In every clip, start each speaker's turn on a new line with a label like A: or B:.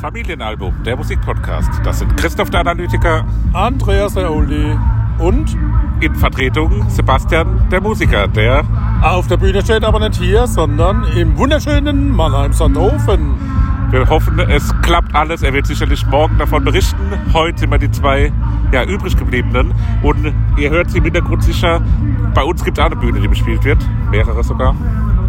A: Familienalbum, der Musikpodcast. Das sind Christoph der Analytiker
B: Andreas der Uli und
A: in Vertretung Sebastian der Musiker, der
B: auf der Bühne steht aber nicht hier, sondern im wunderschönen Mannheim-Sandhofen.
A: wir hoffen, es klappt alles. Er wird sicherlich morgen davon berichten. Heute sind wir die zwei ja, übrig gebliebenen. Und ihr hört sie im Hintergrund sicher. Bei uns gibt es auch eine Bühne, die bespielt wird. Mehrere sogar.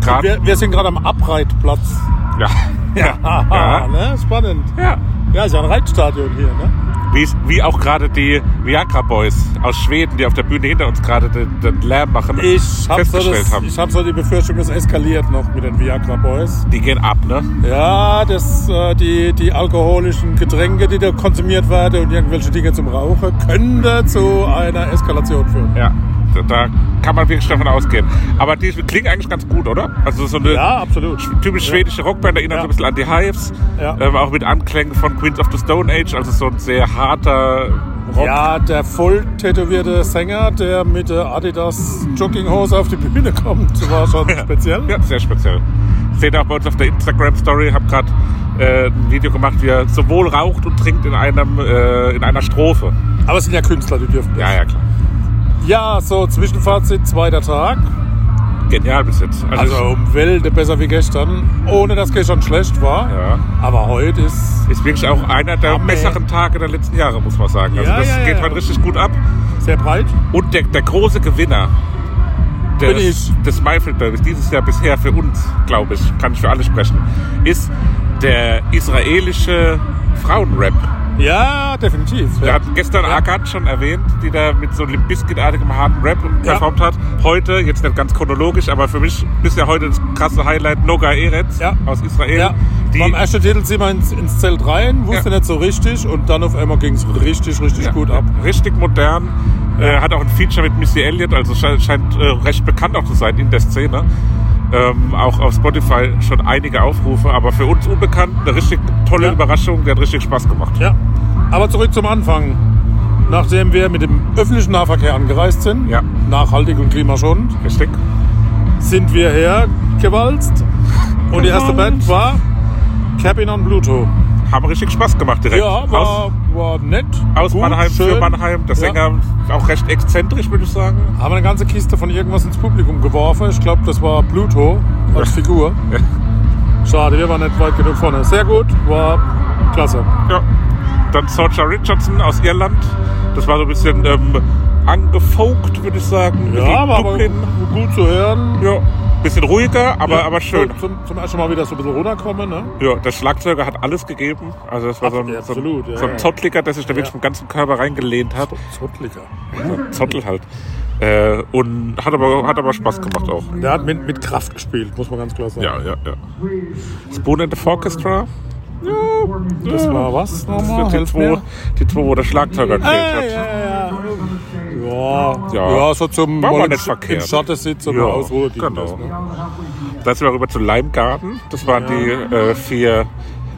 A: Gerade.
B: Wir, wir sind gerade am Abreitplatz.
A: Ja. Ja.
B: Haha,
A: ja.
B: ne? Spannend.
A: ja.
B: Ja, ist ja ein Reitstadion hier, ne?
A: Wie, wie auch gerade die Viagra Boys aus Schweden, die auf der Bühne hinter uns gerade den, den Lärm machen,
B: Ich habe so,
A: festgestellt
B: das-
A: haben.
B: ich hab so die Befürchtung, es eskaliert noch mit den Viagra Boys.
A: Die gehen ab, ne?
B: Ja, das, äh, die, die alkoholischen Getränke, die da konsumiert werden und irgendwelche Dinge zum Rauchen, könnte zu einer Eskalation führen.
A: Ja, da, da kann man wirklich davon ausgehen. Aber die klingen eigentlich ganz gut, oder? Also so eine
B: Ja, absolut.
A: typisch schwedische Rockband erinnert
B: Ja.
A: so ein bisschen an die Hives.
B: Ja.
A: Ähm, auch mit Anklängen von Queens of the Stone Age, also so ein sehr harter Rock.
B: Ja, der voll tätowierte Sänger, der mit der Adidas Jogginghose auf die Bühne kommt, war schon speziell.
A: Ja, sehr speziell. Seht ihr auch bei uns auf der Instagram-Story, hab gerade äh, ein Video gemacht, wie er sowohl raucht und trinkt in, einem, äh, in einer Strophe.
B: Aber es sind ja Künstler, die dürfen das.
A: Ja, ja, klar.
B: Ja, so Zwischenfazit, zweiter Tag.
A: Genial bis jetzt.
B: Also um Welt besser wie gestern, ohne dass gestern schlecht war.
A: ja.
B: Aber heute ist
A: Ist wirklich auch einer der
B: Amen.
A: besseren Tage der letzten Jahre, muss man sagen. Also
B: Ja,
A: das
B: ja, ja.
A: geht halt richtig gut ab.
B: sehr breit.
A: Und der, der große Gewinner des,
B: Bin ich.
A: des Maifelbergs dieses Jahr bisher für uns, glaube ich, kann ich für alle sprechen, ist der israelische Frauenrap.
B: Ja, definitiv.
A: Wir hatten gestern Agat schon erwähnt, die da mit so Limp Bizkit-artigem harten Rap
B: Ja.
A: performt hat. Heute, jetzt nicht ganz chronologisch, aber für mich bisher heute das krasse Highlight Noga Eretz
B: Ja.
A: aus Israel.
B: Ja.
A: Die,
B: Beim ersten Titel sind wir ins, ins Zelt rein, wusste
A: Ja.
B: nicht so richtig und dann auf einmal ging es richtig, richtig
A: Ja,
B: gut ab.
A: Richtig modern. Äh, hat auch ein Feature mit Missy Elliott, also scheint, scheint äh, recht bekannt auch zu sein in der Szene. Ähm, auch auf Spotify schon einige Aufrufe, aber für uns unbekannt, eine richtig tolle
B: Ja.
A: Überraschung, der hat richtig Spaß gemacht.
B: Ja. Aber zurück zum Anfang. Nachdem wir mit dem öffentlichen Nahverkehr angereist sind,
A: Ja.
B: nachhaltig und klimaschonend,
A: Richtig?
B: sind wir hergewalzt. Und die erste Band war Cabin on Bluetooth.
A: Haben richtig Spaß gemacht direkt.
B: Ja,
A: aus
B: war, war nett.
A: aus
B: gut,
A: Mannheim für
B: schön.
A: Mannheim. Der
B: Ja.
A: Sänger auch recht exzentrisch, würde ich sagen.
B: Haben eine ganze Kiste von irgendwas ins Publikum geworfen. Ich glaube, das war Pluto als Figur.
A: Ja.
B: Schade, wir waren nicht weit genug vorne. Sehr gut, war klasse.
A: Ja. Dann Sorja Richardson aus Irland. Das war so ein bisschen ähm, angefolgt, würde ich sagen.
B: Ja,
A: Wie
B: aber, aber
A: Dublin.
B: gut zu hören.
A: Ja, bisschen ruhiger, aber,
B: Ja,
A: aber schön.
B: so Zum, zum ersten Mal wieder so ein bisschen runterkommen. Ne?
A: Ja, der Schlagzeuger hat alles gegeben. Also das war so ein,
B: Ja,
A: so
B: absolut,
A: ein,
B: ja,
A: so
B: ja.
A: ein Zottliger, der sich da
B: Ja.
A: wirklich vom ganzen Körper reingelehnt hat.
B: Zottliger.
A: Zottel halt. Äh, und hat aber, hat aber Spaß gemacht auch.
B: Der hat mit, mit Kraft gespielt, muss man ganz klar sagen.
A: Ja, ja, ja. Spoon and the
B: Oh,
A: Orchestra.
B: Das war was
A: Das
B: nochmal?
A: sind die
B: Helft mir.
A: zwei, die zwei, wo der Schlagzeuger
B: Ah,
A: gespielt
B: ja,
A: hat.
B: ja, ja. Ja,
A: Ja.
B: ja, so zum
A: War mal
B: im
A: nicht
B: Sch-
A: verkehrt.
B: im Schatten sitzen und
A: Ja,
B: mal aus Ruhe gehen.
A: genau.
B: lassen, ne?
A: Dann sind wir rüber zu Limegarden. Das waren die äh, vier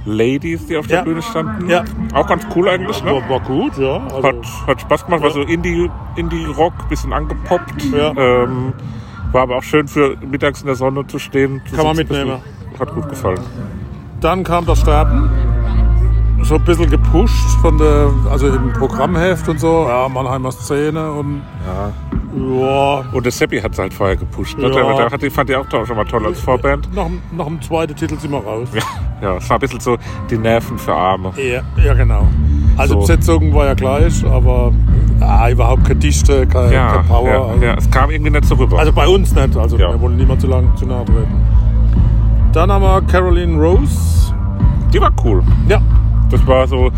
A: Ladies, die auf der
B: Ja.
A: Bühne standen.
B: Ja.
A: Auch ganz cool eigentlich, ne?
B: War, war gut, ja. Also,
A: Hat, hat Spaß gemacht, war so Indie- Indie-Rock, bisschen angepoppt.
B: Ja.
A: Ähm, war aber auch schön für mittags in der Sonne zu stehen. Zu
B: Kann man
A: sitzen,
B: mitnehmen.
A: bisschen- Hat gut gefallen.
B: Dann kam das Sterben. So ein bisschen gepusht von der, also im Programmheft und so, ja, Mannheimer Szene und ja.
A: Und der Seppi hat es halt vorher gepusht. Ne?
B: Ja.
A: Der, der hat, die fand ich auch schon mal toll als Vorband.
B: Nach, dem- nach dem zweiten Titel sind wir raus.
A: Ja, ja, es war ein bisschen so die Nerven für Arme.
B: Ja, ja genau. Also
A: So.
B: die Besetzung war ja gleich, aber ah, überhaupt keine Dichte, keine,
A: Ja,
B: keine Power.
A: ja,
B: also,
A: ja, es kam irgendwie nicht so rüber.
B: also bei uns nicht, also
A: Ja.
B: wir wollen niemand zu lang zu nahe treten. Dann haben wir Caroline Rose.
A: die war cool.
B: Ja,
A: Das war so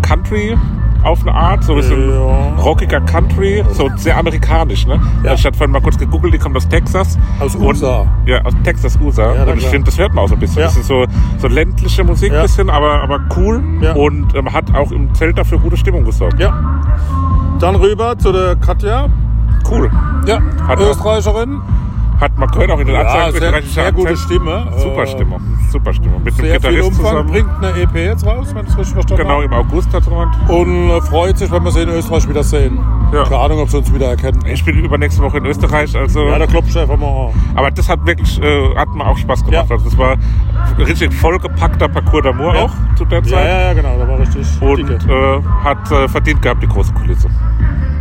A: Country auf eine Art, so ein bisschen
B: Ja.
A: rockiger Country, so sehr amerikanisch. Ne?
B: Ja.
A: Ich hatte vorhin mal kurz gegoogelt, die kommt aus Texas.
B: Aus
A: Und-
B: USA.
A: Ja, aus Texas, USA.
B: Ja, na
A: und ich
B: klar.
A: finde, das hört man auch so ein bisschen.
B: Ja.
A: Das ist so, so ländliche Musik ein
B: Ja.
A: bisschen, aber, aber cool.
B: Ja.
A: Und ähm, hat auch im Zelt dafür gute Stimmung gesorgt.
B: ja. Dann rüber zu der Katja.
A: Cool.
B: Ja,
A: Hat-
B: Österreicherin.
A: hat man Köln auch in den
B: Ja,
A: Absagen
B: sehr, sehr gute Stimme.
A: Super
B: Äh,
A: Stimme, super Stimme. Mit dem
B: Sehr viel
A: Gitarristen
B: Umfang,
A: zusammen.
B: bringt eine EP jetzt raus, wenn ich es richtig verstanden
A: Genau,
B: habe.
A: im August hat jemand.
B: Und äh, freut sich, wenn wir sie in Österreich wieder sehen.
A: Ja.
B: Keine Ahnung, ob sie uns wieder erkennen.
A: Ich bin übernächste Woche in Österreich, also.
B: Ja, da klopft einfach mal an.
A: aber das hat wirklich, äh, hat mir auch Spaß gemacht.
B: Ja.
A: Also das war ein richtig vollgepackter Parcours d'Amour
B: Ja.
A: auch zu der
B: Ja, ja,
A: Zeit.
B: ja, genau, da war richtig.
A: Und
B: dicke.
A: äh, hat äh, verdient gehabt die große Kulisse.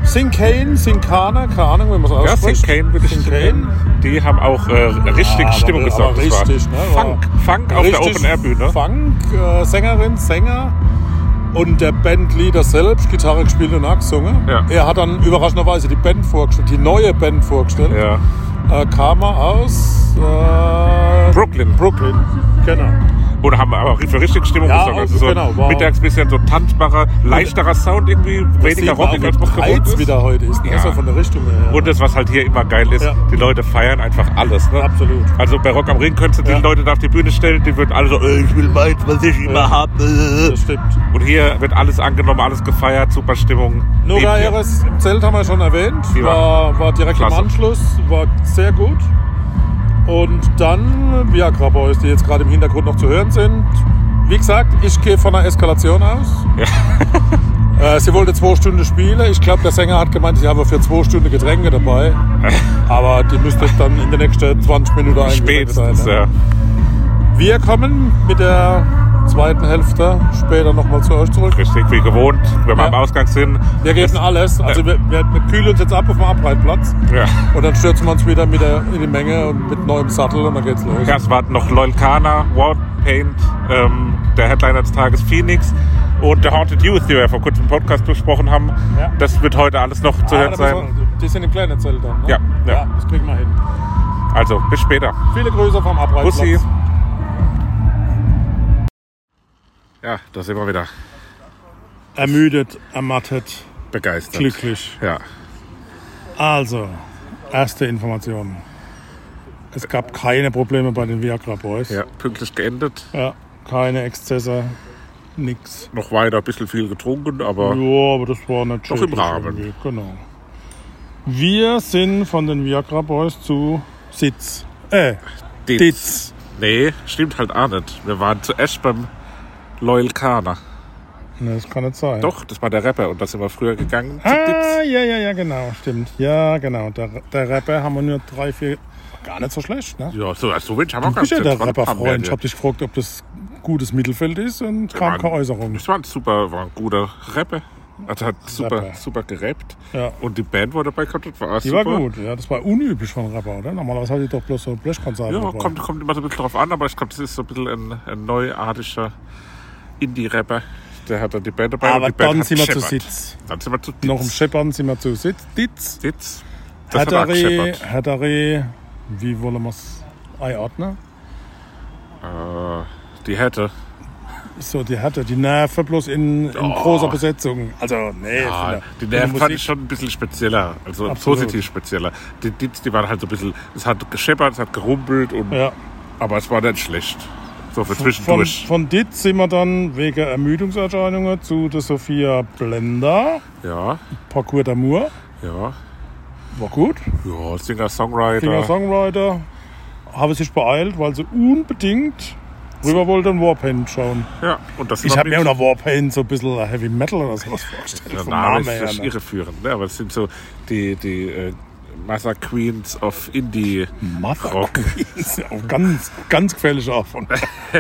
B: Sinkane, Sinkane, keine Ahnung, wie man es
A: Ja,
B: ausspricht.
A: St. Kane würde ich
B: Sinkane.
A: sagen. Die haben auch äh, richtig
B: aber-
A: Stimmung
B: Ah, aber
A: gesorgt. Das war
B: richtig, ne? War
A: Funk, Funk auf der
B: richtig
A: Open-Air-Bühne.
B: Funk, äh, Sängerin, Sänger und der Bandleader selbst, Gitarre gespielt und auch gesungen.
A: Ja.
B: Er hat dann überraschenderweise die Band vorgestellt, die neue Band vorgestellt.
A: Ja.
B: Äh, kam er aus äh,
A: Brooklyn.
B: Brooklyn, genau.
A: Und haben aber auch für richtig Stimmung
B: Ja,
A: gesorgt. Also
B: auch-
A: so
B: genau, war-
A: mittags ein bisschen so tanzbarer, leichterer Sound irgendwie, weniger
B: Sieht man
A: rockig
B: auch,
A: als man
B: wie
A: gewohnt
B: breit
A: ist.
B: wieder heute ist, ne?
A: Ja.
B: so von der Richtung her. ja.
A: Und das, was halt hier immer geil ist,
B: Ja.
A: die Leute feiern einfach alles. Ne?
B: Absolut.
A: Also bei Rock am Ring könntest du die
B: Ja.
A: Leute da auf die Bühne stellen, die würden alle so, äh, ich will meins, was ich immer habe.
B: das stimmt.
A: Und hier wird alles angenommen, alles gefeiert, super Stimmung.
B: Nora
A: Lebt hier.
B: Eres im Zelt haben wir schon erwähnt.
A: Die war
B: War, war direkt
A: klasse.
B: im Anschluss, war sehr gut. Und dann Viagra Boys, die jetzt gerade im Hintergrund noch zu hören sind. Wie gesagt, ich gehe von einer Eskalation aus. Äh, sie wollte zwei Stunden spielen. Ich glaube, der Sänger hat gemeint, ich habe für zwei Stunden Getränke dabei. Aber die müsste dann in den nächsten 20 Minuten eingeschränkt sein.
A: Spätestens,
B: ne?
A: ja.
B: Wir kommen mit der zweiten Hälfte später nochmal zu euch zurück.
A: Richtig, wie gewohnt, wenn wir
B: Ja.
A: am Ausgang sind.
B: Wir geben alles. Also wir, wir, wir kühlen uns jetzt ab auf dem Abreitplatz.
A: Ja.
B: Und dann stürzen wir uns wieder mit der, in die Menge und mit neuem Sattel und dann geht's los.
A: Ja, es warten noch Lolkana, Ward Paint, ähm, der Headliner des Tages Phoenix und The Haunted Youth, die wir vor kurzem im Podcast besprochen haben.
B: Ja.
A: Das wird heute alles noch zu
B: Ah,
A: hören
B: da müssen
A: sein.
B: wir- die sind im kleinen Zelt dann, ne?
A: Ja, ja.
B: Das kriegen wir hin.
A: Also, bis später.
B: Viele Grüße vom Abreitplatz.
A: Bussi. Ja, da sind wir wieder.
B: Ermüdet, ermattet,
A: Begeistert.
B: glücklich.
A: Ja.
B: Also, erste Information. Es gab keine Probleme bei den Viagra Boys.
A: ja, pünktlich geendet.
B: Ja, keine Exzesse, nix.
A: Noch weiter ein bisschen viel getrunken, aber
B: Ja, aber das war nicht
A: Doch im
B: schädlich
A: Rahmen.
B: irgendwie, Genau. Wir sind von den Viagra Boys zu Sitz. Äh,
A: Ditz.
B: Ditz.
A: Nee, stimmt halt auch nicht. Wir waren zuerst beim Loyalkana.
B: Ne, das kann nicht sein.
A: Doch, das war der Rapper und da sind wir früher gegangen zu Ditz.
B: Ah, ja, ja, ja, genau, stimmt. Ja, genau. Der, der Rapper haben wir nur drei, vier. Gar nicht so schlecht, ne?
A: Ja, so, also, so wenig haben wir
B: Du bist ja
A: gehabt.
B: der
A: Das waren ein paar mehr,
B: Rapperfreund. Ich
A: ja.
B: hab dich gefragt, ob das gutes Mittelfeld ist und kam keine Äußerung.
A: Das war ein super, war ein guter Rapper. Also hat super,
B: Rapper.
A: super gerappt.
B: Ja.
A: Und die Band war dabei gehabt, war auch
B: Die
A: super.
B: war gut, ja. Das war unüblich von Rapper, oder? Normalerweise hatte ich doch bloß so Blechkonzerte.
A: Ja,
B: dabei.
A: kommt, kommt immer so ein bisschen drauf an, aber ich glaube, das ist so ein bisschen ein, ein neuartiger Indie-Rapper. Der hat dann die Band dabei.
B: Aber
A: und die Band
B: dann
A: hat
B: sind wir zu
A: gescheppert.
B: Sitz.
A: Dann sind wir zu Ditz.
B: Noch im Scheppern sind wir zu Sitz. Ditz.
A: Ditz. Das hat er
B: Hattari,
A: gescheppert.
B: Hattari, wie wollen wir es einordnen?
A: Die hätte.
B: So, die hatte die Nerven bloß in, in
A: Oh.
B: großer Besetzung. Also, nee,
A: Ah,
B: von der-
A: die
B: von der
A: Nerven fand
B: Musik-
A: ich schon ein bisschen spezieller, also
B: Absolut.
A: positiv spezieller. Die Ditz, die waren halt so ein bisschen, es hat gescheppert, es hat gerumpelt, und,
B: Ja.
A: aber es war nicht schlecht. So für
B: Von,
A: zwischendurch.
B: von Ditz sind wir dann wegen Ermüdungserscheinungen zu der Sophia Blender,
A: Ja,
B: Parcours d'Amour.
A: ja.
B: War gut.
A: Ja, Singer-Songwriter.
B: Singer Songwriter. Habe sich beeilt, weil sie unbedingt rüber wollte und Warpaint schauen.
A: ja, und das
B: Ich
A: sind
B: habe mir
A: nicht-
B: unter Warpaint so ein bisschen Heavy Metal oder sowas vorgestellt.
A: Der
B: vom
A: Name
B: Namen
A: ist
B: her,
A: ja
B: ne?
A: irreführend, ne? aber es sind so die, die äh, Mother Queens of Indie.
B: Mother
A: Rock.
B: Queens. Ja, auch ganz, ganz gefährlich auch von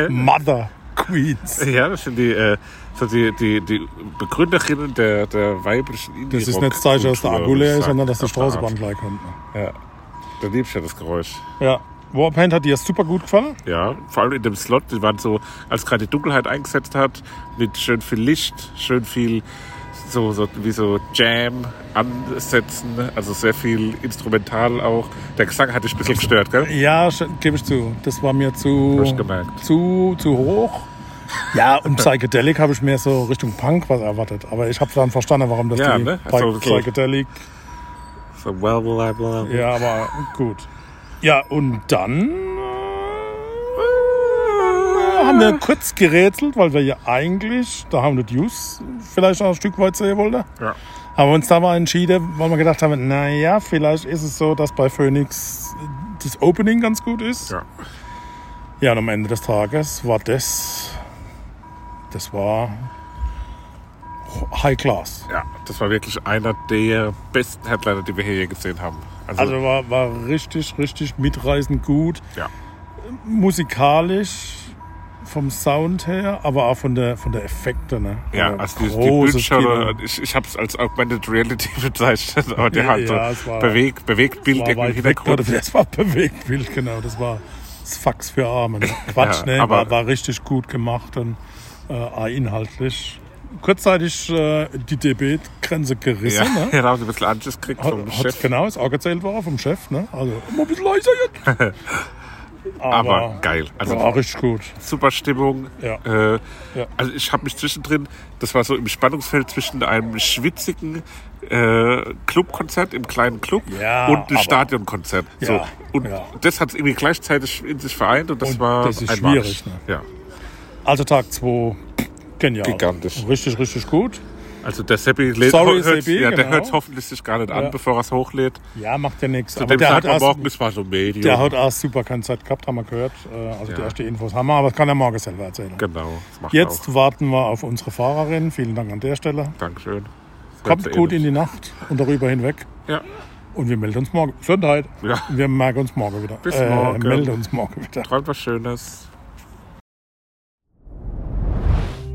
B: Mother Queens.
A: Ja, das sind die, äh, so die, die, die Begründerinnen der, der weiblichen indie
B: Das ist nicht das Zeichen, dass der Akku leer ist, sondern dass die Straßenbahn gleich kommt. ne?
A: Da liebst du ja das Geräusch.
B: Ja. Warpaint hat dir super gut gefallen.
A: Ja, vor allem in dem Slot, die waren so, als gerade die Dunkelheit eingesetzt hat, mit schön viel Licht, schön viel so, so wie so Jam ansetzen, also sehr viel instrumental auch. Der Gesang hat dich ein bisschen gestört, gell?
B: Ja, sch- gebe ich zu. Das war mir zu,
A: Hab ich gemerkt.
B: zu, zu hoch. Ja, und Psychedelic habe ich mir so Richtung Punk was erwartet. Aber ich habe dann verstanden, warum das
A: Ja,
B: die
A: ne?
B: bei
A: Also, okay.
B: Psychedelic.
A: So bla bla bla.
B: Ja, aber gut. Ja, und dann Da haben wir kurz gerätselt, weil wir ja eigentlich, da haben wir die News vielleicht noch ein Stück weit sehen ne? wollten.
A: Ja.
B: Haben wir uns da mal entschieden, weil wir gedacht haben, naja, vielleicht ist es so, dass bei Phoenix das Opening ganz gut ist.
A: Ja.
B: Ja, und am Ende des Tages war das, das war High Class.
A: ja, das war wirklich einer der besten Headliner, die wir hier je gesehen haben.
B: Also war, war richtig, richtig mitreißend gut.
A: ja.
B: Musikalisch, vom Sound her, aber auch von der, von der Effekte. Ne?
A: Ja,
B: Ein
A: also die, die
B: großes
A: Bildschirme,
B: Kino.
A: ich, ich habe es als Augmented Reality bezeichnet, aber der
B: Ja,
A: hat so
B: ja, es war-
A: bewegt, bewegt Bild
B: War
A: irgendwie im
B: weit weg,
A: Hintergrund.
B: oder das war Bewegtbild, genau. Das war das Fax für Arme. Ne? Quatsch,
A: Ja,
B: ne?
A: aber-
B: War, war richtig gut gemacht und äh, auch inhaltlich. Kurzzeitig äh, die DB-Grenze
A: Ja,
B: gerissen. Ne?
A: ja, da haben sie ein bisschen Anschiss gekriegt
B: Hat,
A: vom
B: hat's
A: Chef.
B: genau, das angezählt war vom Chef, ne? Also immer ein bisschen leiser jetzt.
A: Aber, geil. Also
B: Also war richtig gut.
A: super Stimmung.
B: Ja.
A: Äh,
B: Ja.
A: Also ich habe mich zwischendrin, das war so im Spannungsfeld zwischen einem schwitzigen äh, Clubkonzert im kleinen Club
B: Ja,
A: und einem
B: aber-
A: Stadionkonzert. so.
B: Ja,
A: Und
B: ja.
A: das hat es irgendwie gleichzeitig in sich vereint und das
B: Und
A: war
B: das ist
A: einmalig.
B: schwierig, ne?
A: Ja.
B: Also Tag 2, genial.
A: Gigantisch.
B: Richtig, richtig gut.
A: Also der Seppi lädt
B: Sorry,
A: hört's-
B: Seppi,
A: ja, der
B: genau.
A: hört's hoffentlich sich gar nicht an,
B: Ja.
A: bevor er es hochlädt.
B: Ja, macht ja nichts.
A: Aber
B: Aber
A: dem
B: der
A: sagt
B: hat,
A: man
B: erst,
A: morgen, es war so Medium.
B: der hat erst super keine Zeit gehabt, haben wir gehört. Äh, Also die
A: Ja.
B: ersten Infos haben wir, aber das kann er morgen selber erzählen.
A: genau, das macht
B: Jetzt
A: er auch.
B: warten wir auf unsere Fahrerin. Vielen Dank an der Stelle.
A: Dankeschön.
B: Kommt gut in die Nacht und darüber hinweg.
A: Ja,
B: Und wir melden uns morgen. Gesundheit.
A: Ja.
B: Wir merken uns morgen wieder. Äh,
A: Bis morgen.
B: Melden uns morgen wieder.
A: träumt was Schönes.